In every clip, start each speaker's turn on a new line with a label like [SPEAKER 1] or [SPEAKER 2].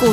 [SPEAKER 1] 股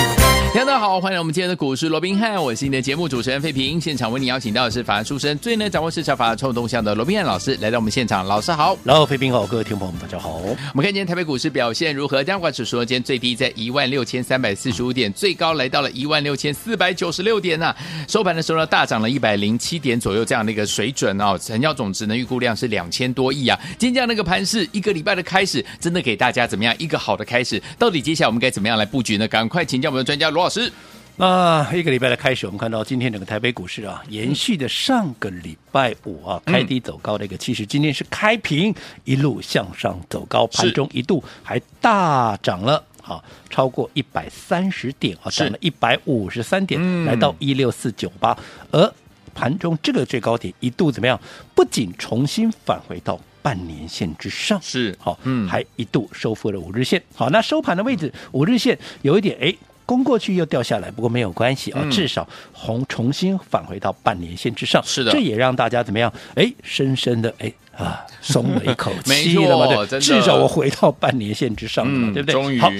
[SPEAKER 2] 大家好，欢迎来我们今天的股市罗宾汉，我是你的节目主持人费平。现场为你邀请到的是法案出身、最能掌握市场法案冲动向的罗宾汉老师，来到我们现场。老师好，
[SPEAKER 3] 然后，飞兵好，各位听众朋友们，大家好。
[SPEAKER 2] 我们看今天台北股市表现如何？加权指数呢今天最低在16,345点，最高来到了16,496点呐、收盘的时候呢，大涨了107点左右这样的一个水准哦。成交总值呢，预估量是2000多亿啊。今天这样的一个盘势，一个礼拜的开始，真的给大家怎么样一个好的开始？到底接下来我们该怎么样来布局呢？赶快请教我们的专家罗老师。
[SPEAKER 3] 那一个礼拜的开始，我们看到今天整个台北股市啊，延续的上个礼拜五啊，
[SPEAKER 2] 嗯
[SPEAKER 3] 开低走高的一个趋势，今天是开平，一路向上走高，
[SPEAKER 2] 是
[SPEAKER 3] 盘中一度还大涨了。好，超过一百三十点啊，
[SPEAKER 2] 是
[SPEAKER 3] 涨了一百五十三点，
[SPEAKER 2] 嗯
[SPEAKER 3] 来到一六四九八，而盘中这个最高点一度怎么样？不仅重新返回到半年线之上，
[SPEAKER 2] 是
[SPEAKER 3] 好，
[SPEAKER 2] 嗯
[SPEAKER 3] 嗯，还一度收复了五日线。好，那收盘的位置，五日线有一点哎。攻过去又掉下来，不过没有关系啊、
[SPEAKER 2] 嗯
[SPEAKER 3] 至少红重新返回到半年线之上。
[SPEAKER 2] 是的
[SPEAKER 3] 这也让大家怎么样？哎，深深的哎啊，松了一口气
[SPEAKER 2] 没错
[SPEAKER 3] 了嘛，
[SPEAKER 2] 真
[SPEAKER 3] 对，
[SPEAKER 2] 的
[SPEAKER 3] 至少我回到半年线之上了嘛，
[SPEAKER 2] 嗯
[SPEAKER 3] 对不对？
[SPEAKER 2] 终于
[SPEAKER 3] 好，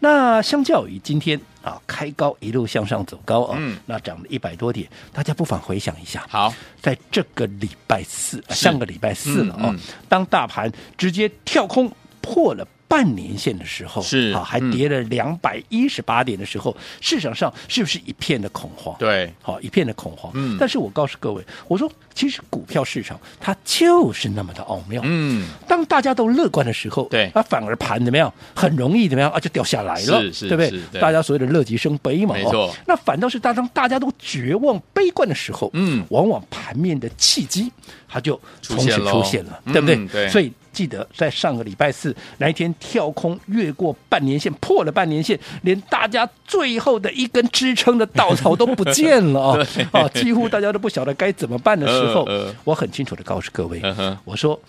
[SPEAKER 3] 那相较于今天啊，开高一路向上走高啊、
[SPEAKER 2] 嗯
[SPEAKER 3] 那涨了一百多点，大家不妨回想一下，
[SPEAKER 2] 好，
[SPEAKER 3] 在这个礼拜四，啊
[SPEAKER 2] 是
[SPEAKER 3] 上个礼拜四了哦，
[SPEAKER 2] 嗯嗯
[SPEAKER 3] 当大盘直接跳空破了。半年线的时候，
[SPEAKER 2] 是
[SPEAKER 3] 啊，还
[SPEAKER 2] 嗯
[SPEAKER 3] 跌了两百一十八点的时候，市场上是不是一片的恐慌？
[SPEAKER 2] 对
[SPEAKER 3] 好一片的恐慌。
[SPEAKER 2] 嗯
[SPEAKER 3] 但是我告诉各位，我说其实股票市场它就是那么的奥妙。
[SPEAKER 2] 嗯，
[SPEAKER 3] 当大家都乐观的时候，
[SPEAKER 2] 对
[SPEAKER 3] 啊，反而盘怎么样，很容易怎么样啊，就掉下来了，
[SPEAKER 2] 是是
[SPEAKER 3] 对不
[SPEAKER 2] 是对
[SPEAKER 3] 对？大家所谓的乐极生悲嘛，哦
[SPEAKER 2] 没错
[SPEAKER 3] 那反倒是大当大家都绝望悲观的时候，
[SPEAKER 2] 嗯
[SPEAKER 3] 往往盘面的契机它就
[SPEAKER 2] 出
[SPEAKER 3] 从此
[SPEAKER 2] 现咯
[SPEAKER 3] 出现了，
[SPEAKER 2] 嗯
[SPEAKER 3] 对不对？
[SPEAKER 2] 对
[SPEAKER 3] 所以。记得在上个礼拜四那一天跳空越过半年线，破了半年线，连大家最后的一根支撑的稻草都不见了哦
[SPEAKER 2] 对，
[SPEAKER 3] 哦，几乎大家都不晓得该怎么办的时候，
[SPEAKER 2] 呃呃
[SPEAKER 3] 我很清楚的告诉各位，
[SPEAKER 2] 嗯哼
[SPEAKER 3] 我说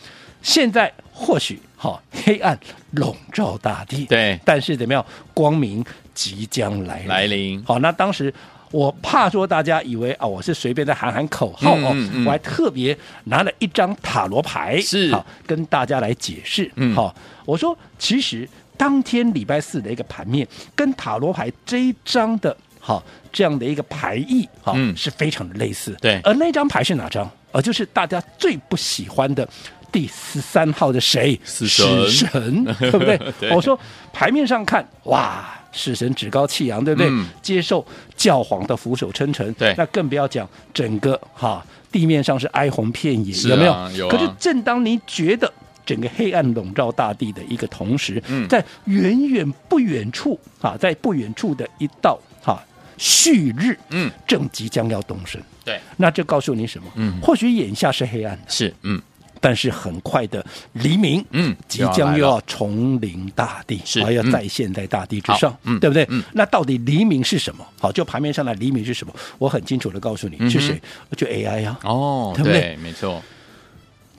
[SPEAKER 3] 现在或许哈、黑暗笼罩大地，
[SPEAKER 2] 对
[SPEAKER 3] 但是怎么样，光明即将来临
[SPEAKER 2] 来临
[SPEAKER 3] 好，那当时。我怕说大家以为啊，我是随便在喊喊口号哦，
[SPEAKER 2] 嗯嗯嗯
[SPEAKER 3] 我还特别拿了一张塔罗牌，
[SPEAKER 2] 是
[SPEAKER 3] 好跟大家来解释。
[SPEAKER 2] 嗯
[SPEAKER 3] 好、我说其实当天礼拜四的一个盘面跟塔罗牌这一张的，好、这样的一个牌意，好、
[SPEAKER 2] 嗯
[SPEAKER 3] 是非常的类似。
[SPEAKER 2] 对
[SPEAKER 3] 而那张牌是哪张？呃，就是大家最不喜欢的第十三号的谁？
[SPEAKER 2] 死神
[SPEAKER 3] 死神对不对？
[SPEAKER 2] 对
[SPEAKER 3] 我说牌面上看，哇，死神趾高气扬，对不对？
[SPEAKER 2] 嗯
[SPEAKER 3] 接受教皇的俯首称臣，
[SPEAKER 2] 对
[SPEAKER 3] 那更不要讲整个哈地面上是哀鸿遍野，
[SPEAKER 2] 是
[SPEAKER 3] 有没
[SPEAKER 2] 啊有啊
[SPEAKER 3] 可是正当你觉得。整个黑暗笼罩大地的一个同时，
[SPEAKER 2] 嗯
[SPEAKER 3] 在远远不远处啊，在不远处的一道哈旭日，
[SPEAKER 2] 嗯，
[SPEAKER 3] 正即将要东升。
[SPEAKER 2] 对，
[SPEAKER 3] 那这告诉你什么？
[SPEAKER 2] 嗯
[SPEAKER 3] 或许眼下是黑暗，
[SPEAKER 2] 是，嗯
[SPEAKER 3] 但是很快的黎明，
[SPEAKER 2] 嗯
[SPEAKER 3] 即将又
[SPEAKER 2] 又要来
[SPEAKER 3] 要重临大地，
[SPEAKER 2] 是
[SPEAKER 3] 还要
[SPEAKER 2] 嗯
[SPEAKER 3] 再现在大地之上
[SPEAKER 2] 好，嗯
[SPEAKER 3] 对不对？
[SPEAKER 2] 嗯
[SPEAKER 3] 那到底黎明是什么？好，就盘面上的黎明是什么？我很清楚的告诉
[SPEAKER 2] 嗯
[SPEAKER 3] 你，是谁？就啊 AI 呀、
[SPEAKER 2] 哦，
[SPEAKER 3] 对不对
[SPEAKER 2] 没错，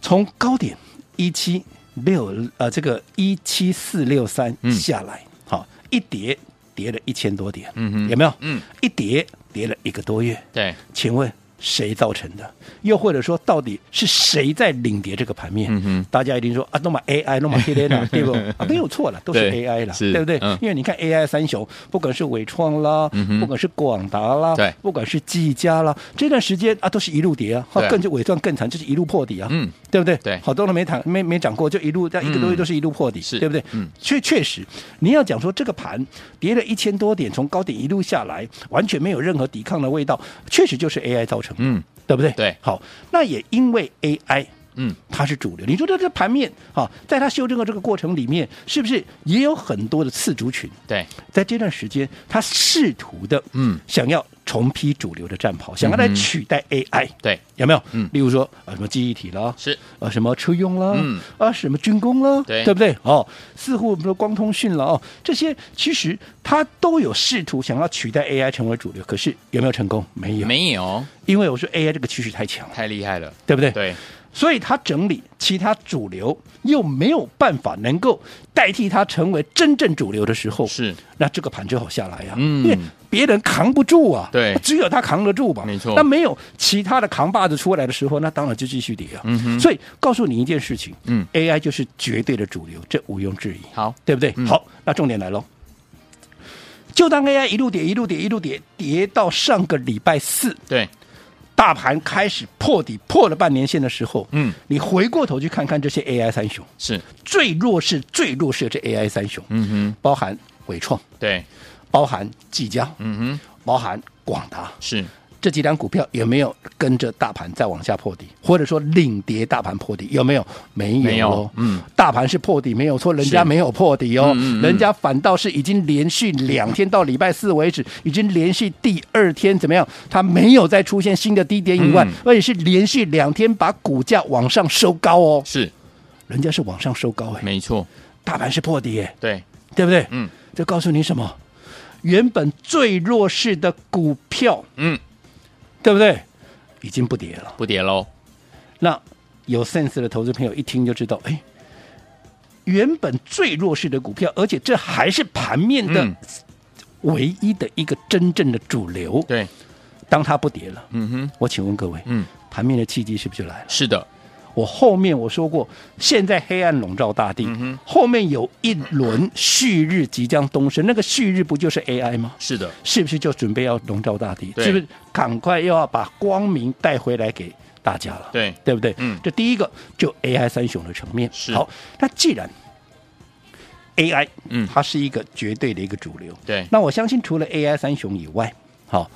[SPEAKER 3] 从高点一七六呃这个一七四六三
[SPEAKER 2] 嗯
[SPEAKER 3] 下来，好、一跌跌了一千多点，
[SPEAKER 2] 嗯哼
[SPEAKER 3] 有没有？
[SPEAKER 2] 嗯，
[SPEAKER 3] 一跌跌了一个多月，
[SPEAKER 2] 对，
[SPEAKER 3] 请问谁造成的？又或者说，到底是谁在领跌这个盘面？
[SPEAKER 2] 嗯哼
[SPEAKER 3] 大家一定说啊，弄嘛 AI，弄嘛 Helena，对不？啊，没有错了，都是
[SPEAKER 2] 对
[SPEAKER 3] AI 了，
[SPEAKER 2] 是
[SPEAKER 3] 对不对？
[SPEAKER 2] 嗯
[SPEAKER 3] 因为你看 AI 三雄，不管是伟创啦，
[SPEAKER 2] 嗯哼
[SPEAKER 3] 不管是广达啦，
[SPEAKER 2] 对
[SPEAKER 3] 不管是技嘉啦，这段时间啊，都是一路跌啊，啊
[SPEAKER 2] 对
[SPEAKER 3] 更就伟创更惨，就是一路破底啊，
[SPEAKER 2] 嗯，
[SPEAKER 3] 对不对？
[SPEAKER 2] 对嗯
[SPEAKER 3] 好多都没涨，没没涨过，就一路在一个多月都是一路破底，
[SPEAKER 2] 是
[SPEAKER 3] 对不对？
[SPEAKER 2] 嗯，
[SPEAKER 3] 确确实，你要讲说这个盘跌了一千多点，从高点一路下来，完全没有任何抵抗的味道，确实就是 AI 造成的，
[SPEAKER 2] 嗯，
[SPEAKER 3] 对不对？
[SPEAKER 2] 对
[SPEAKER 3] 好，那也因为 AI。
[SPEAKER 2] 嗯，
[SPEAKER 3] 它是主流。你说这这盘面啊，在它修正的这个过程里面，是不是也有很多的次族群？
[SPEAKER 2] 对，
[SPEAKER 3] 在这段时间，他试图的，
[SPEAKER 2] 嗯
[SPEAKER 3] 想要重披主流的战袍，想要来取代 AI，、
[SPEAKER 2] 对，
[SPEAKER 3] 有没有？
[SPEAKER 2] 嗯
[SPEAKER 3] 例如说啊，什么记忆体啦，
[SPEAKER 2] 是
[SPEAKER 3] 啊，什么车用啦，
[SPEAKER 2] 嗯
[SPEAKER 3] 啊，什么军工啦，
[SPEAKER 2] 对
[SPEAKER 3] 不对？哦，似乎我们说光通讯了哦，这些其实它都有试图想要取代 AI 成为主流，可是有没有成功？没有，
[SPEAKER 2] 没有，
[SPEAKER 3] 因为我说 AI 这个趋势太强了，
[SPEAKER 2] 太厉害了，
[SPEAKER 3] 对不对？
[SPEAKER 2] 对，
[SPEAKER 3] 所以它整理，其他主流又没有办法能够代替它成为真正主流的时候，
[SPEAKER 2] 是
[SPEAKER 3] 那这个盘就好下来呀、啊
[SPEAKER 2] 嗯
[SPEAKER 3] 因为别人扛不住啊，
[SPEAKER 2] 对
[SPEAKER 3] 只有他扛得住吧，
[SPEAKER 2] 没错
[SPEAKER 3] 那没有其他的扛把子出来的时候，那当然就继续跌啊。所以告诉你一件事情，
[SPEAKER 2] 嗯
[SPEAKER 3] ，AI 就是绝对的主流，这毋庸置疑。
[SPEAKER 2] 好
[SPEAKER 3] 对不对？
[SPEAKER 2] 嗯
[SPEAKER 3] 好，那重点来喽。就当 AI 一路跌，一路跌，一路跌，跌到上个礼拜四，
[SPEAKER 2] 对，
[SPEAKER 3] 大盘开始破底，破了半年线的时候，
[SPEAKER 2] 嗯，
[SPEAKER 3] 你回过头去看看这些 AI 三雄，
[SPEAKER 2] 是，
[SPEAKER 3] 最弱势、最弱势的这 AI 三雄，
[SPEAKER 2] 嗯
[SPEAKER 3] 包含伟创，
[SPEAKER 2] 哼，对，
[SPEAKER 3] 包含技嘉，
[SPEAKER 2] 嗯哼，
[SPEAKER 3] 包含广达，
[SPEAKER 2] 是，
[SPEAKER 3] 这几档股票有没有跟着大盘再往下破底，或者说领跌大盘破底？有没有？没有、哦，
[SPEAKER 2] 没有嗯，
[SPEAKER 3] 大盘是破底没有错，人家
[SPEAKER 2] 是
[SPEAKER 3] 没有破底哦，
[SPEAKER 2] 嗯嗯嗯
[SPEAKER 3] 人家反倒是已经连续两天到礼拜四为止，已经连续第二天怎么样？它没有再出现新的低点以外，
[SPEAKER 2] 嗯
[SPEAKER 3] 而且是连续两天把股价往上收高哦，
[SPEAKER 2] 是，
[SPEAKER 3] 人家是往上收高哎，
[SPEAKER 2] 没错，
[SPEAKER 3] 大盘是破底哎，
[SPEAKER 2] 对，
[SPEAKER 3] 对不对？
[SPEAKER 2] 嗯，
[SPEAKER 3] 这告诉你什么？原本最弱势的股票，
[SPEAKER 2] 嗯，
[SPEAKER 3] 对不对？已经不跌了。
[SPEAKER 2] 不跌喽，
[SPEAKER 3] 那有 sense 的投资朋友一听就知道，哎，原本最弱势的股票，而且这还是盘面的
[SPEAKER 2] 嗯
[SPEAKER 3] 唯一的一个真正的主流，
[SPEAKER 2] 对，
[SPEAKER 3] 当它不跌了，
[SPEAKER 2] 嗯哼，
[SPEAKER 3] 我请问各位，
[SPEAKER 2] 嗯，
[SPEAKER 3] 盘面的契机是不是就来了？
[SPEAKER 2] 是的，
[SPEAKER 3] 我后面我说过，现在黑暗笼罩大地，
[SPEAKER 2] 嗯哼
[SPEAKER 3] 后面有一轮旭日即将东升，那个旭日不就是 AI 吗？
[SPEAKER 2] 是的，
[SPEAKER 3] 是不是就准备要笼罩大地？
[SPEAKER 2] 对
[SPEAKER 3] 是不是赶快又要把光明带回来给大家了？
[SPEAKER 2] 对，
[SPEAKER 3] 对不对？
[SPEAKER 2] 嗯
[SPEAKER 3] 这第一个就 AI 三雄的层面。
[SPEAKER 2] 是
[SPEAKER 3] 好，那既然 AI，
[SPEAKER 2] 嗯
[SPEAKER 3] 它是一个绝对的一个主流，
[SPEAKER 2] 对，
[SPEAKER 3] 那我相信除了 AI 三雄以外，好。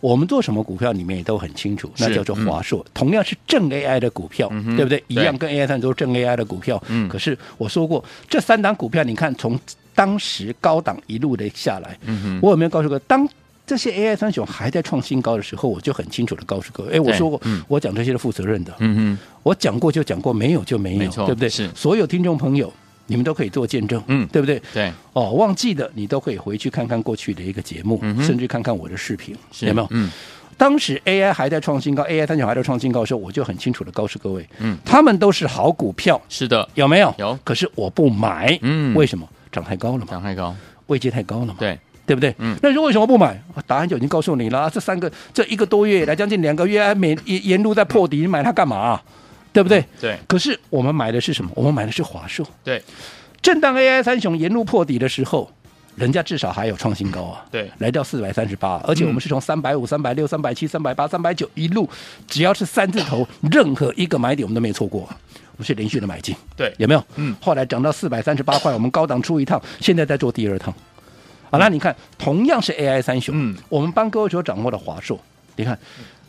[SPEAKER 3] 我们做什么股票，你们也都很清楚，
[SPEAKER 2] 是嗯
[SPEAKER 3] 那叫做华硕，同样是正 AI 的股票，
[SPEAKER 2] 哼
[SPEAKER 3] 对不对？一
[SPEAKER 2] 对
[SPEAKER 3] 样跟 AI 三都是正 AI 的股票。
[SPEAKER 2] 嗯
[SPEAKER 3] 可是我说过，这三档股票，你看从当时高档一路的下来，
[SPEAKER 2] 嗯哼，
[SPEAKER 3] 我有没有告诉过？当这些 AI 三雄还在创新高的时候，我就很清楚的告诉各位，哎，我说过，我讲这些是负责任的，
[SPEAKER 2] 嗯哼，
[SPEAKER 3] 我讲过就讲过，没有就没有，
[SPEAKER 2] 没错
[SPEAKER 3] 对不对？
[SPEAKER 2] 是
[SPEAKER 3] 所有听众朋友，你们都可以做见证，
[SPEAKER 2] 嗯
[SPEAKER 3] 对不对？
[SPEAKER 2] 对，
[SPEAKER 3] 哦，忘记的你都可以回去看看过去的一个节目，甚至看看我的视频，
[SPEAKER 2] 嗯是
[SPEAKER 3] 有没有？
[SPEAKER 2] 嗯，
[SPEAKER 3] 当时 AI 还在创新高，AI 三雄还在创新高的时候，我就很清楚的告诉各位，
[SPEAKER 2] 嗯，
[SPEAKER 3] 他们都是好股票，
[SPEAKER 2] 是的，
[SPEAKER 3] 有没有？
[SPEAKER 2] 有
[SPEAKER 3] 可是我不买，
[SPEAKER 2] 嗯
[SPEAKER 3] 为什么？涨太高了嘛，
[SPEAKER 2] 涨太高，
[SPEAKER 3] 位阶太高了嘛，
[SPEAKER 2] 对，
[SPEAKER 3] 对不对？
[SPEAKER 2] 嗯
[SPEAKER 3] 那是为什么不买？哦答案就已经告诉你了啊。这三个，这一个多月以来，将近两个月，啊每沿沿路在破底，你买它干嘛、对不对？
[SPEAKER 2] 嗯对，
[SPEAKER 3] 可是我们买的是什么？我们买的是华硕。
[SPEAKER 2] 对，
[SPEAKER 3] 正当 AI 三雄沿路破底的时候，人家至少还有创新高啊，
[SPEAKER 2] 对
[SPEAKER 3] 来到四百三十八，啊而且我们是从三百五、三百六、三百七、三百八、三百九一路，只要是三字头，任何一个买点我们都没错过啊，我们是连续的买进，
[SPEAKER 2] 对，
[SPEAKER 3] 有没有？
[SPEAKER 2] 嗯
[SPEAKER 3] 后来涨到四百三十八块，我们高档出一趟，现在在做第二趟。啊，那你看，同样是 AI 三雄，
[SPEAKER 2] 嗯
[SPEAKER 3] 我们帮各位所掌握的华硕，你看，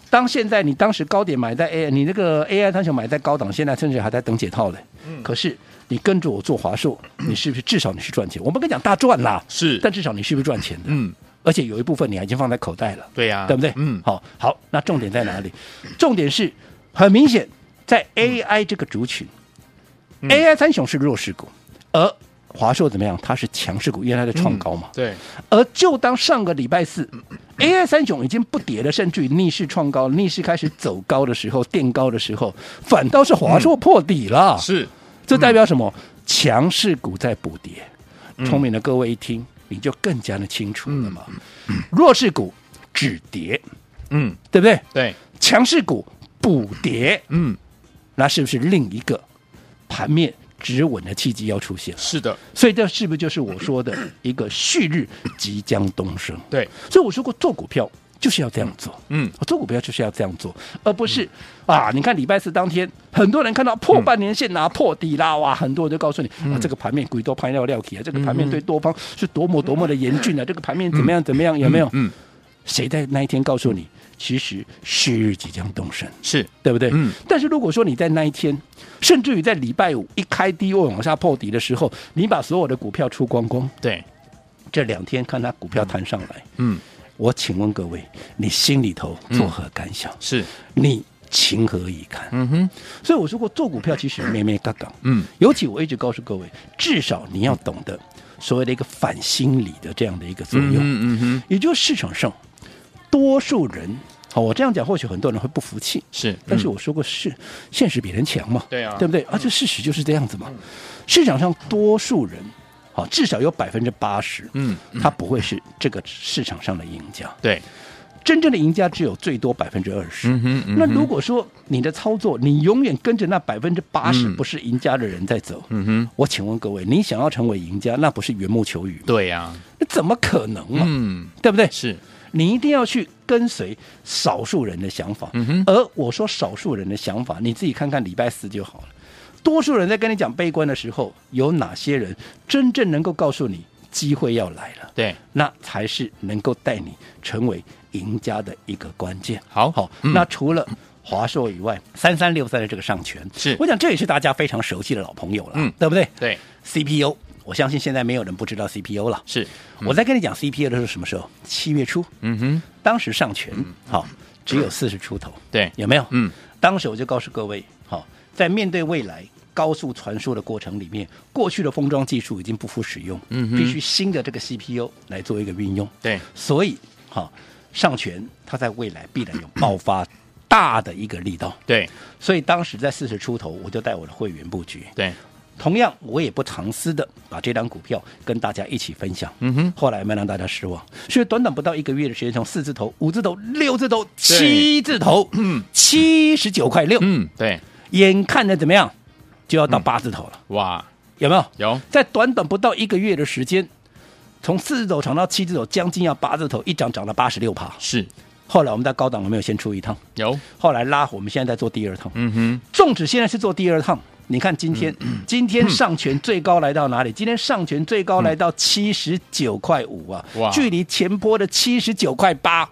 [SPEAKER 3] 当现在你当时高点买在 AI，你那个 AI 三雄买在高档，现在甚至还在等解套嘞。
[SPEAKER 2] 嗯
[SPEAKER 3] 可是你跟着我做华硕，你是不是至少你是赚钱？我们跟你讲大赚啦，
[SPEAKER 2] 是，
[SPEAKER 3] 但至少你是不是赚钱的？
[SPEAKER 2] 嗯，
[SPEAKER 3] 而且有一部分你还已经放在口袋了。
[SPEAKER 2] 对呀，
[SPEAKER 3] 对不对？
[SPEAKER 2] 嗯，
[SPEAKER 3] 好，好，那重点在哪里？重点是很明显，在
[SPEAKER 2] 嗯
[SPEAKER 3] AI 这个族群、a i 三雄是弱势股，而华硕怎么样？它是强势股，因为它在创高嘛。
[SPEAKER 2] 对，
[SPEAKER 3] 而就当上个礼拜四，AI 三雄已经不跌了，甚至于逆势创高、逆势开始走高的时候、垫高的时候，反倒是华硕破底了。
[SPEAKER 2] 是，
[SPEAKER 3] 这
[SPEAKER 2] 嗯
[SPEAKER 3] 代表什么？强势股在补跌。聪明的各位一听，你就更加的清楚了嘛。弱势股止跌，
[SPEAKER 2] 嗯，
[SPEAKER 3] 对不对？
[SPEAKER 2] 对，
[SPEAKER 3] 强势股补跌，
[SPEAKER 2] 嗯，
[SPEAKER 3] 那是不是另一个盘面止稳的契机要出现了？
[SPEAKER 2] 是的，
[SPEAKER 3] 所以这是不是就是我说的一个旭日即将东升？
[SPEAKER 2] 对，
[SPEAKER 3] 所以我说过，做股票就是要这样做。哦
[SPEAKER 2] 嗯，
[SPEAKER 3] 我做股票就是要这样做，而不是、啊！你看礼拜四当天，很多人看到破半年线拿、破底啦，哇！很多人就告诉你、
[SPEAKER 2] 嗯
[SPEAKER 3] 啊，这个盘面鬼都拍料料起啊，这个盘面对多方是多么多么的严 峻啊，这个盘面怎么样怎么样，有没有？
[SPEAKER 2] 嗯，
[SPEAKER 3] 谁在那一天告诉你，其实旭日即将东升？
[SPEAKER 2] 是，
[SPEAKER 3] 对不对？
[SPEAKER 2] 嗯。
[SPEAKER 3] 但是如果说你在那一天，甚至于在礼拜五一开低又往下破底的时候，你把所有的股票出光光，
[SPEAKER 2] 对，
[SPEAKER 3] 这两天看它股票弹上来，
[SPEAKER 2] 嗯，
[SPEAKER 3] 我请问各位，你心里头作何感想？
[SPEAKER 2] 是，
[SPEAKER 3] 你情何以堪？
[SPEAKER 2] 嗯哼，
[SPEAKER 3] 所以我说过，做股票其实咩咩嘎嘎。
[SPEAKER 2] 嗯，
[SPEAKER 3] 尤其我一直告诉各位，至少你要懂得所谓的一个反心理的这样的一个作
[SPEAKER 2] 嗯
[SPEAKER 3] 用。
[SPEAKER 2] 哼嗯哼，
[SPEAKER 3] 也就是市场上多数人好，我这样讲或许很多人会不服气，
[SPEAKER 2] 是嗯
[SPEAKER 3] 但是我说过是现实比人强嘛，
[SPEAKER 2] 对啊嗯
[SPEAKER 3] 对不对？啊，这事实就是这样子嘛。市场上多数人，好，至少有百分之八十，
[SPEAKER 2] 嗯，
[SPEAKER 3] 他不会是这个市场上的赢家，
[SPEAKER 2] 对，
[SPEAKER 3] 真正的赢家只有最多百分之二十。
[SPEAKER 2] 嗯哼，嗯
[SPEAKER 3] 那
[SPEAKER 2] 哼
[SPEAKER 3] 如果说你的操作，你永远跟着那百分之八十不是赢家的人在走，
[SPEAKER 2] 嗯哼，
[SPEAKER 3] 我请问各位，你想要成为赢家，那不是缘木求鱼吗？
[SPEAKER 2] 对呀，
[SPEAKER 3] 那怎么可能嘛、
[SPEAKER 2] 嗯，
[SPEAKER 3] 对不对？
[SPEAKER 2] 是
[SPEAKER 3] 你一定要去跟随少数人的想法。
[SPEAKER 2] 嗯哼
[SPEAKER 3] 而我说少数人的想法，你自己看看礼拜四就好了。多数人在跟你讲悲观的时候，有哪些人真正能够告诉你机会要来了？
[SPEAKER 2] 对，
[SPEAKER 3] 那才是能够带你成为赢家的一个关键。
[SPEAKER 2] 好
[SPEAKER 3] 好，
[SPEAKER 2] 嗯
[SPEAKER 3] 那除了华硕以外，三三六三的这个上权，
[SPEAKER 2] 是
[SPEAKER 3] 我想这也是大家非常熟悉的老朋友了，
[SPEAKER 2] 嗯
[SPEAKER 3] 对不对？
[SPEAKER 2] 对，
[SPEAKER 3] CPU，我相信现在没有人不知道 CPU 了。
[SPEAKER 2] 是，
[SPEAKER 3] 我在跟你讲 CPU 的时候，什么时候？七月初，
[SPEAKER 2] 嗯哼，嗯
[SPEAKER 3] 当时上权好、只有四十出头，
[SPEAKER 2] 对
[SPEAKER 3] 有没有？
[SPEAKER 2] 嗯，
[SPEAKER 3] 当时我就告诉各位，好、在面对未来高速传输的过程里面，过去的封装技术已经不复使用，
[SPEAKER 2] 嗯哼
[SPEAKER 3] 必须新的这个 CPU 来做一个运用，
[SPEAKER 2] 对，
[SPEAKER 3] 所以好、上权它在未来必然有爆发大的一个力道，
[SPEAKER 2] 对，
[SPEAKER 3] 所以当时在四十出头，我就带我的会员布局，
[SPEAKER 2] 对，
[SPEAKER 3] 同样，我也不藏私的把这张股票跟大家一起分享。
[SPEAKER 2] 嗯哼
[SPEAKER 3] 后来没让大家失望，所以短短不到一个月的时间，从四字头、五字头、六字头、七字头，嗯，七十九块六，
[SPEAKER 2] 嗯，对，
[SPEAKER 3] 眼看着怎么样就要到八字头了，
[SPEAKER 2] 哇，
[SPEAKER 3] 有没有？
[SPEAKER 2] 嗯有，
[SPEAKER 3] 在短短不到一个月的时间，从四字头涨到七字头，将近要八字头，一涨涨了八十六趴。
[SPEAKER 2] 是
[SPEAKER 3] 后来我们在高档有没有先出一趟？
[SPEAKER 2] 有，
[SPEAKER 3] 后来拉回，我们现在在做第二趟。
[SPEAKER 2] 嗯哼，嗯
[SPEAKER 3] 纵使现在是做第二趟，你看今天，今天上权最高来到哪里？今天上权最高来到七十九块五啊
[SPEAKER 2] 嗯哇，
[SPEAKER 3] 距离前波的七十九块八，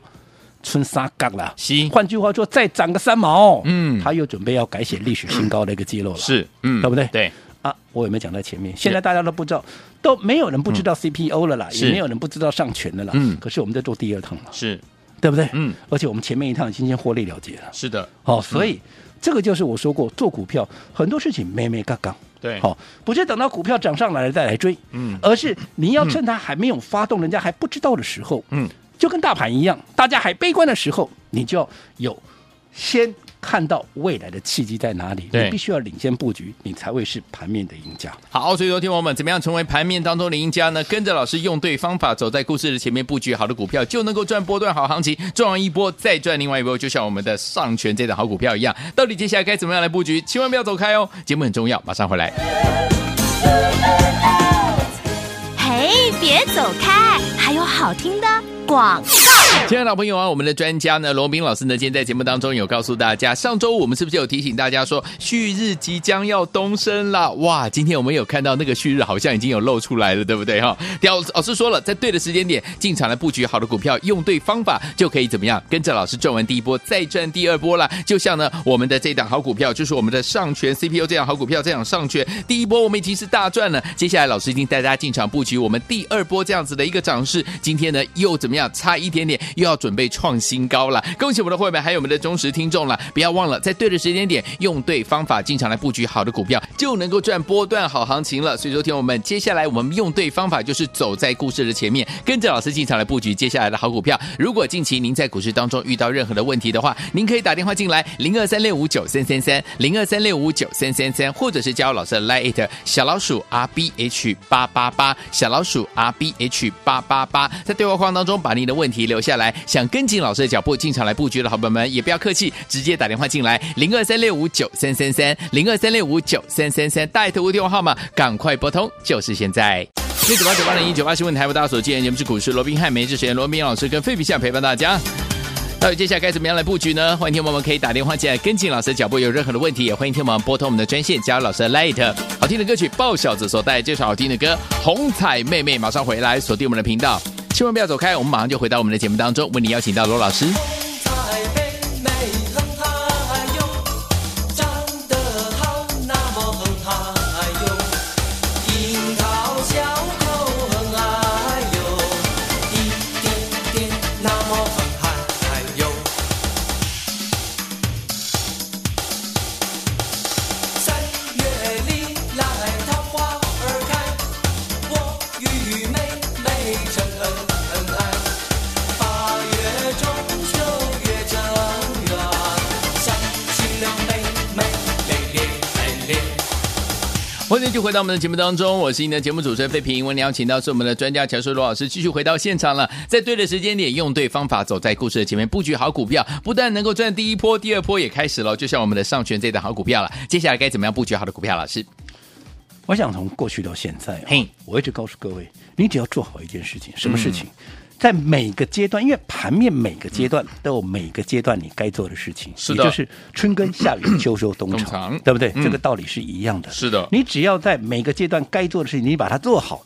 [SPEAKER 3] 春沙杠了。
[SPEAKER 2] 西
[SPEAKER 3] 换句话说，再涨个三毛，
[SPEAKER 2] 嗯
[SPEAKER 3] 他又准备要改写历史新高的一个记录了。
[SPEAKER 2] 是，嗯，
[SPEAKER 3] 对不对
[SPEAKER 2] 对，
[SPEAKER 3] 啊，我有没有讲在前面？现在大家都不知道，都没有人不知道 CPO 了啦，
[SPEAKER 2] 是
[SPEAKER 3] 也没有人不知道上权了啦。
[SPEAKER 2] 嗯
[SPEAKER 3] 可是我们在做第二趟了，
[SPEAKER 2] 是，
[SPEAKER 3] 对不对？
[SPEAKER 2] 嗯，
[SPEAKER 3] 而且我们前面一趟已经先获利了结了。
[SPEAKER 2] 是的，
[SPEAKER 3] 好、所以、这个就是我说过，做股票很多事情咩咩嘎嘎。
[SPEAKER 2] 对，
[SPEAKER 3] 好、，不是等到股票涨上来了再来追，
[SPEAKER 2] 嗯
[SPEAKER 3] 而是你要趁它还没有发动，人家还不知道的时候，
[SPEAKER 2] 嗯，
[SPEAKER 3] 就跟大盘一样，大家还悲观的时候，你就要有先看到未来的契机在哪里，
[SPEAKER 2] 对
[SPEAKER 3] 你必须要领先布局，你才会是盘面的赢家。
[SPEAKER 2] 好，所以说听我们怎么样成为盘面当中的赢家呢？跟着老师用对方法，走在故事的前面布局好的股票，就能够赚波段好行情，赚完一波再赚另外一波，就像我们的上权这档好股票一样。到底接下来该怎么样来布局？千万不要走开哦，节目很重要，马上回来。
[SPEAKER 1] 嘿，别走开，还有好听的广。
[SPEAKER 2] 亲爱的老朋友啊，我们的专家呢，罗斌老师呢，今天在节目当中有告诉大家，上周五我们是不是有提醒大家说旭日即将要东升了？哇，今天我们有看到那个旭日好像已经有露出来了，对不对哈？ 老老师说了，在对的时间点进场来布局好的股票，用对方法就可以怎么样？跟着老师赚完第一波，再赚第二波啦。就像呢，我们的这档好股票，就是我们的上权 CPU 这档好股票，这档上权第一波我们已经是大赚了，接下来老师已经带大家进场布局我们第二波这样子的一个涨势，今天呢又怎么样？差一点点又要准备创新高了。恭喜我们的会员，还有我们的忠实听众了，不要忘了在对的时间点用对方法进场来布局好的股票，就能够赚波段好行情了。所以说，听我们接下来我们用对方法就是走在故事的前面，跟着老师进场来布局接下来的好股票。如果近期您在股市当中遇到任何的问题的话，您可以打电话进来零二三六五九三三三零二三六五九三三三，或者是加入老师的 Line it 小老鼠 R B H 八八八小老鼠 R B H 八八八，在对话框当中把您的问题留下来，想跟紧老师的脚步进场来布局的好朋友们也不要客气，直接打电话进来零二三六五九三三三零二三六五九三三三，带头电话号码赶快拨通，就是现在。六九八九八零一九八新闻台为大家所见，节目是股市罗宾汉，每日时间罗宾老师跟费比夏陪伴大家。到底接下来该怎么样来布局呢？欢迎听众朋友们可以打电话进来跟进老师的脚步，有任何的问题也欢迎听众朋友们拨通我们的专线，加入老师的 Light。好听的歌曲，爆小子所带来这首好听的歌《红彩妹妹》，马上回来锁定我们的频道，千万不要走开，我们马上就回到我们的节目当中，为你邀请到罗老师。
[SPEAKER 4] 彩妹妹很嗨哟，长得好那么很嗨哟，樱桃小口很嗨哟，一点点那么很嗨哟。三月里来桃花儿开，我与妹妹真恩爱。八月中秋
[SPEAKER 2] 欢迎继续回到我们的节目当中，我是您的节目主持人费平。我们邀请到是我们的专家乔硕罗老师，继续回到现场了。在对的时间点，用对方法，走在故事的前面，布局好股票，不但能够赚第一波，第二波也开始了。就像我们的上权这档好股票了，接下来该怎么样布局好的股票？老师，
[SPEAKER 3] 我想从过去到现在、啊，
[SPEAKER 2] 嘿
[SPEAKER 3] 我一直告诉各位，你只要做好一件事情，什么事情？
[SPEAKER 2] 嗯
[SPEAKER 3] 在每个阶段，因为盘面每个阶段都有每个阶段你该做的事情，
[SPEAKER 2] 是
[SPEAKER 3] 也
[SPEAKER 2] 的
[SPEAKER 3] 就是春耕、夏耘、秋收、冬
[SPEAKER 2] 冬藏
[SPEAKER 3] 藏，对不对？
[SPEAKER 2] 嗯
[SPEAKER 3] 这个道理是一样的。
[SPEAKER 2] 是的
[SPEAKER 3] 你只要在每个阶段该做的事情，你把它做好，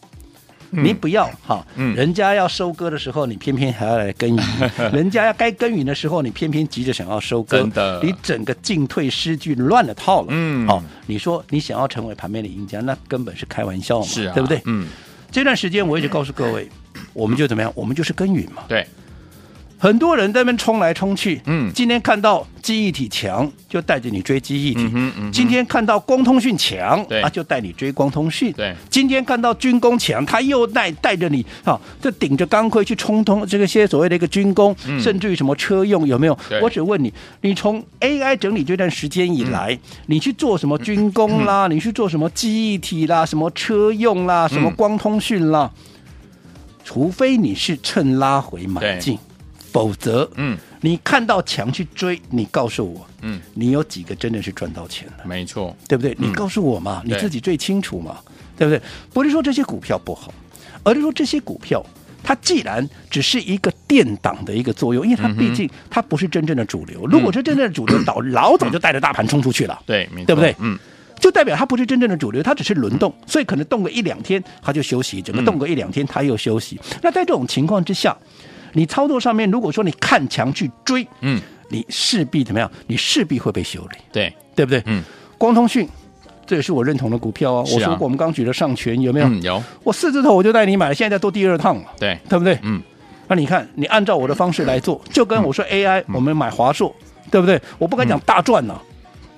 [SPEAKER 3] 你不要哈，
[SPEAKER 2] 嗯
[SPEAKER 3] 人家要收割的时候，你偏偏还要来耕耘； 人家要该耕耘的时候，你偏偏急着想要收割，
[SPEAKER 2] 真的
[SPEAKER 3] 你整个进退失据，乱了套了。
[SPEAKER 2] 嗯
[SPEAKER 3] 好、你说你想要成为盘面的赢家，那根本是开玩笑嘛，
[SPEAKER 2] 是啊
[SPEAKER 3] 对不对？
[SPEAKER 2] 嗯，
[SPEAKER 3] 这段时间我一直告诉各位，我们就怎么样，我们就是耕耘嘛。
[SPEAKER 2] 对，
[SPEAKER 3] 很多人在那边冲来冲去，
[SPEAKER 2] 嗯
[SPEAKER 3] 今天看到记忆体强，就带着你追记忆体；
[SPEAKER 2] 嗯哼嗯哼
[SPEAKER 3] 今天看到光通讯强，
[SPEAKER 2] 对
[SPEAKER 3] 啊，就带你追光通讯；
[SPEAKER 2] 对
[SPEAKER 3] 今天看到军工强，他又带带着你啊，就顶着钢盔去冲通这个些所谓的一个军工，
[SPEAKER 2] 嗯
[SPEAKER 3] 甚至于什么车用有没有
[SPEAKER 2] 对？
[SPEAKER 3] 我只问你，你从 AI 整理这段时间以
[SPEAKER 2] 嗯
[SPEAKER 3] 来，你去做什么军工啦？你去做什么记忆体啦？什么车用啦？什么
[SPEAKER 2] 嗯
[SPEAKER 3] 光通讯啦？除非你是趁拉回买进，否则，
[SPEAKER 2] 嗯，
[SPEAKER 3] 你看到强去追，你告诉我，
[SPEAKER 2] 嗯，
[SPEAKER 3] 你有几个真的是赚到钱的，
[SPEAKER 2] 没错，
[SPEAKER 3] 对不对？你告诉我嘛，你
[SPEAKER 2] 对
[SPEAKER 3] 自己最清楚嘛，对不对？不是说这些股票不好，而是说这些股票。它既然只是一个垫档的一个作用，因为它
[SPEAKER 2] 嗯
[SPEAKER 3] 毕竟它不是真正的主流。如果是真正的主 流，早老早就带着大盘冲出去了。
[SPEAKER 2] 对，没错，
[SPEAKER 3] 对不对？
[SPEAKER 2] 嗯，
[SPEAKER 3] 就代表它不是真正的主流，它只是轮动，所以可能动个一两天它就休息，整
[SPEAKER 2] 嗯
[SPEAKER 3] 个动个一两天它又休息。那在这种情况之下，你操作上面如果说你看强去追，
[SPEAKER 2] 嗯，
[SPEAKER 3] 你势必怎么样？你势必会被修理，
[SPEAKER 2] 对，
[SPEAKER 3] 对不对？
[SPEAKER 2] 嗯，
[SPEAKER 3] 光通讯。这也是我认同的股票啊！
[SPEAKER 2] 是啊
[SPEAKER 3] 我说过，我们刚举的上权有没有？
[SPEAKER 2] 嗯，有，
[SPEAKER 3] 我四字头我就带你买了，现在在做第二趟了，
[SPEAKER 2] 对，
[SPEAKER 3] 对不对？
[SPEAKER 2] 嗯，
[SPEAKER 3] 那你看，你按照我的方式来做，就跟我说 AI，、我
[SPEAKER 2] 嗯
[SPEAKER 3] 们买华硕，对不对？我不敢讲大赚呢、呃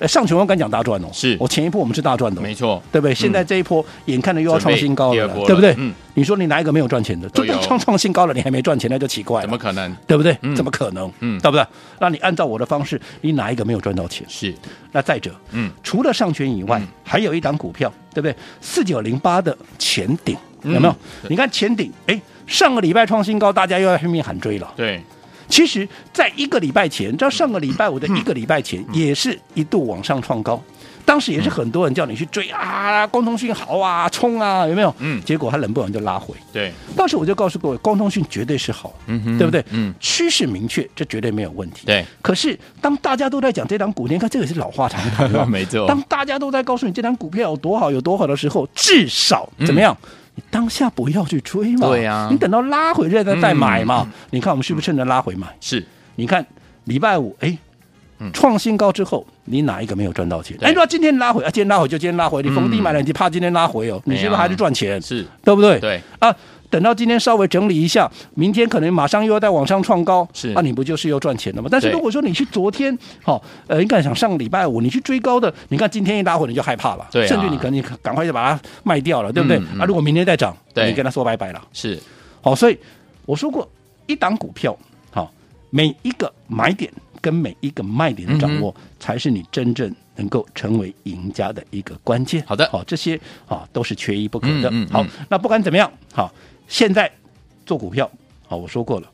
[SPEAKER 3] 上权我敢讲大赚哦，
[SPEAKER 2] 是
[SPEAKER 3] 我前一波我们是大赚的、哦，
[SPEAKER 2] 没错，嗯
[SPEAKER 3] 对不对？现在这一波眼看着又要创新高
[SPEAKER 2] 准
[SPEAKER 3] 了
[SPEAKER 2] 备第二波了
[SPEAKER 3] 对不对？
[SPEAKER 2] 嗯
[SPEAKER 3] 你说你哪一个没有赚钱的？
[SPEAKER 2] 都
[SPEAKER 3] 就
[SPEAKER 2] 有
[SPEAKER 3] 创创新高了，你还没赚钱，那就奇怪
[SPEAKER 2] 怎么
[SPEAKER 3] 了，
[SPEAKER 2] 可能？
[SPEAKER 3] 对不对？
[SPEAKER 2] 嗯
[SPEAKER 3] 怎么可能？
[SPEAKER 2] 嗯
[SPEAKER 3] 对不对？那你按照我的方式，你哪一个没有赚到钱？
[SPEAKER 2] 是，
[SPEAKER 3] 那再者，
[SPEAKER 2] 嗯，
[SPEAKER 3] 除了上权以外，
[SPEAKER 2] 嗯
[SPEAKER 3] 还有一档股票，对不对？四九零八的前顶
[SPEAKER 2] 嗯
[SPEAKER 3] 有没有？
[SPEAKER 2] 对
[SPEAKER 3] 你看前顶，哎，上个礼拜创新高，大家又要拼命喊追了。
[SPEAKER 2] 对，
[SPEAKER 3] 其实，在一个礼拜前，到上个礼拜五的一个礼拜前，
[SPEAKER 2] 嗯
[SPEAKER 3] 也是一度往上创高。当时也是很多人叫你去追啊，光通讯好啊，冲啊，有没有？
[SPEAKER 2] 嗯
[SPEAKER 3] 结果它冷不冷就拉回。
[SPEAKER 2] 对，
[SPEAKER 3] 当时我就告诉各位，光通讯绝对是好，
[SPEAKER 2] 嗯哼
[SPEAKER 3] 对不对？
[SPEAKER 2] 嗯
[SPEAKER 3] 趋势明确，这绝对没有问题。
[SPEAKER 2] 对。
[SPEAKER 3] 可是当大家都在讲这档股，你看这个也是老话常 谈了，
[SPEAKER 2] 没错
[SPEAKER 3] 当大家都在告诉你这档股票有多好有多好的时候，至少怎么样？你当下不要去追
[SPEAKER 2] 嗯
[SPEAKER 3] 嘛，
[SPEAKER 2] 对呀嗯
[SPEAKER 3] 你等到拉回来再再买嘛。你看我们是不是趁着拉回买？
[SPEAKER 2] 是，
[SPEAKER 3] 你看礼拜五，哎
[SPEAKER 2] 嗯，
[SPEAKER 3] 创新高之后，你哪一个没有赚到钱？
[SPEAKER 2] 对
[SPEAKER 3] 哎，说今天拉回啊，今天拉回就今天拉回，你逢低
[SPEAKER 2] 嗯
[SPEAKER 3] 买了，你怕今天拉回哦，你是不
[SPEAKER 2] 没
[SPEAKER 3] 是
[SPEAKER 2] 啊
[SPEAKER 3] 还是赚钱？
[SPEAKER 2] 是，
[SPEAKER 3] 对不对？
[SPEAKER 2] 对，
[SPEAKER 3] 啊，等到今天稍微整理一下，明天可能马上又要再往上创高，
[SPEAKER 2] 是
[SPEAKER 3] 啊，你不就是又赚钱了吗？但是
[SPEAKER 2] 对
[SPEAKER 3] 如果说你去昨天，好、呃，应该想上个礼拜五你去追高的，你看今天一拉回你就害怕了，
[SPEAKER 2] 对啊
[SPEAKER 3] 甚至你可能你赶快就把它卖掉了，对不对？
[SPEAKER 2] 嗯嗯
[SPEAKER 3] 啊，如果明天再涨，
[SPEAKER 2] 对
[SPEAKER 3] 你跟他说拜拜了。
[SPEAKER 2] 是，
[SPEAKER 3] 好、所以我说过，一档股票，好、每一个买点跟每一个卖点的掌握，
[SPEAKER 2] 嗯
[SPEAKER 3] 才是你真正能够成为赢家的一个关键。
[SPEAKER 2] 好的
[SPEAKER 3] 好、这些啊、都是缺一不可的。
[SPEAKER 2] 嗯嗯嗯
[SPEAKER 3] 好，那不管怎么样，好、现在做股票，好、我说过了。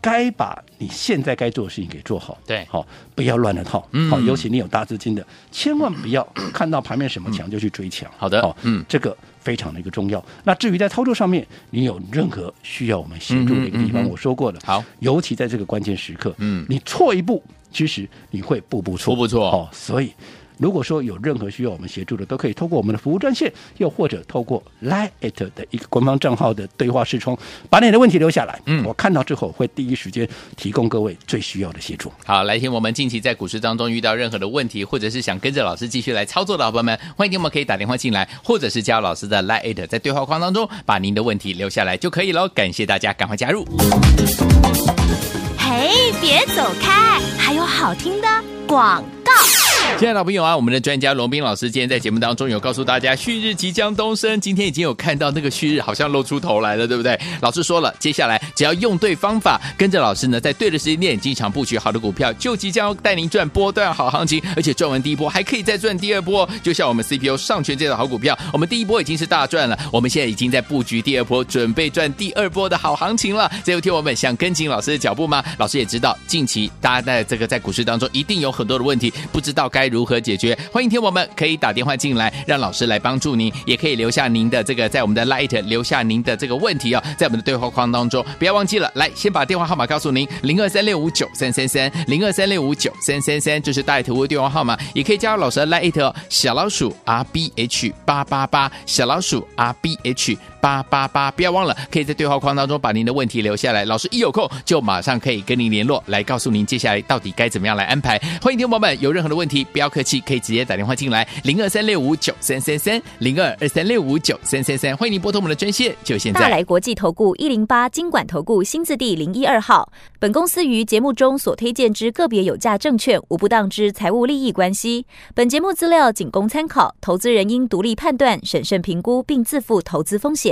[SPEAKER 3] 该把你现在该做的事情给做好，
[SPEAKER 2] 对
[SPEAKER 3] 好、不要乱了套，
[SPEAKER 2] 嗯
[SPEAKER 3] 好、尤其你有大资金的，千万不要看到盘面什么强就去追强，
[SPEAKER 2] 好的
[SPEAKER 3] 好、
[SPEAKER 2] 嗯
[SPEAKER 3] 这个非常的一个重要。那至于在操作上面，你有任何需要我们协助的一个地
[SPEAKER 2] 嗯
[SPEAKER 3] 方，
[SPEAKER 2] 哼嗯哼
[SPEAKER 3] 我说过了，
[SPEAKER 2] 好，
[SPEAKER 3] 尤其在这个关键时刻，
[SPEAKER 2] 嗯
[SPEAKER 3] 你错一步，其实你会步步错，
[SPEAKER 2] 步步错
[SPEAKER 3] 哦，所以。如果说有任何需要我们协助的，都可以透过我们的服务专线，又或者透过 Line at 的一个官方账号的对话视窗，把你的问题留下来。
[SPEAKER 2] 嗯
[SPEAKER 3] 我看到之后会第一时间提供各位最需要的协助。
[SPEAKER 2] 好，来听我们近期在股市当中遇到任何的问题，或者是想跟着老师继续来操作的好朋友们，欢迎你们可以打电话进来，或者是加入老师的 Line at，在对话框当中把您的问题留下来就可以喽。感谢大家，赶快加入。
[SPEAKER 1] 嘿，别走开，还有好听的广告。
[SPEAKER 2] 亲爱的朋友啊，我们的专家龙斌老师今天在节目当中有告诉大家，旭日即将东升。今天已经有看到那个旭日好像露出头来了，对不对？老师说了，接下来只要用对方法，跟着老师呢，在对的时间点进场布局好的股票，就即将要带您赚波段好行情，而且赚完第一波还可以再赚第二波哦。就像我们 CPU 上全这的好股票，我们第一波已经是大赚了，我们现在已经在布局第二波，准备赚第二波的好行情了。这有听我们想跟紧老师的脚步吗？老师也知道近期大家在这个在股市当中一定有很多的问题，不知道该如何解决。欢迎听我们可以打电话进来，让老师来帮助您，也可以留下您的这个在我们的 Light 留下您的这个问题哦，在我们的对话框当中，不要忘记了，来先把电话号码告诉您，零二三六五九三三三，零二三六五九三三三，这是大爱投资电话号码，也可以加入老师的 Light 哦，小老鼠 R B H 八八八，小老鼠 R B H 八八八，不要忘了，可以在对话框当中把您的问题留下来，老师一有空就马上可以跟您联络，来告诉您接下来到底该怎么样来安排。欢迎听众朋友们有任何的问题，不要客气，可以直接打电话进来，零二三六五九三三三，零二二三六五九三三三，欢迎您拨通我们的专线，就现
[SPEAKER 1] 大
[SPEAKER 2] 在。
[SPEAKER 1] 来国际投顾一零八金管投顾新字第零一二号。本公司于节目中所推荐之个别有价证券，无不当之财务利益关系。本节目资料仅供参考，投资人应独立判断、审慎评估，并自负投资风险。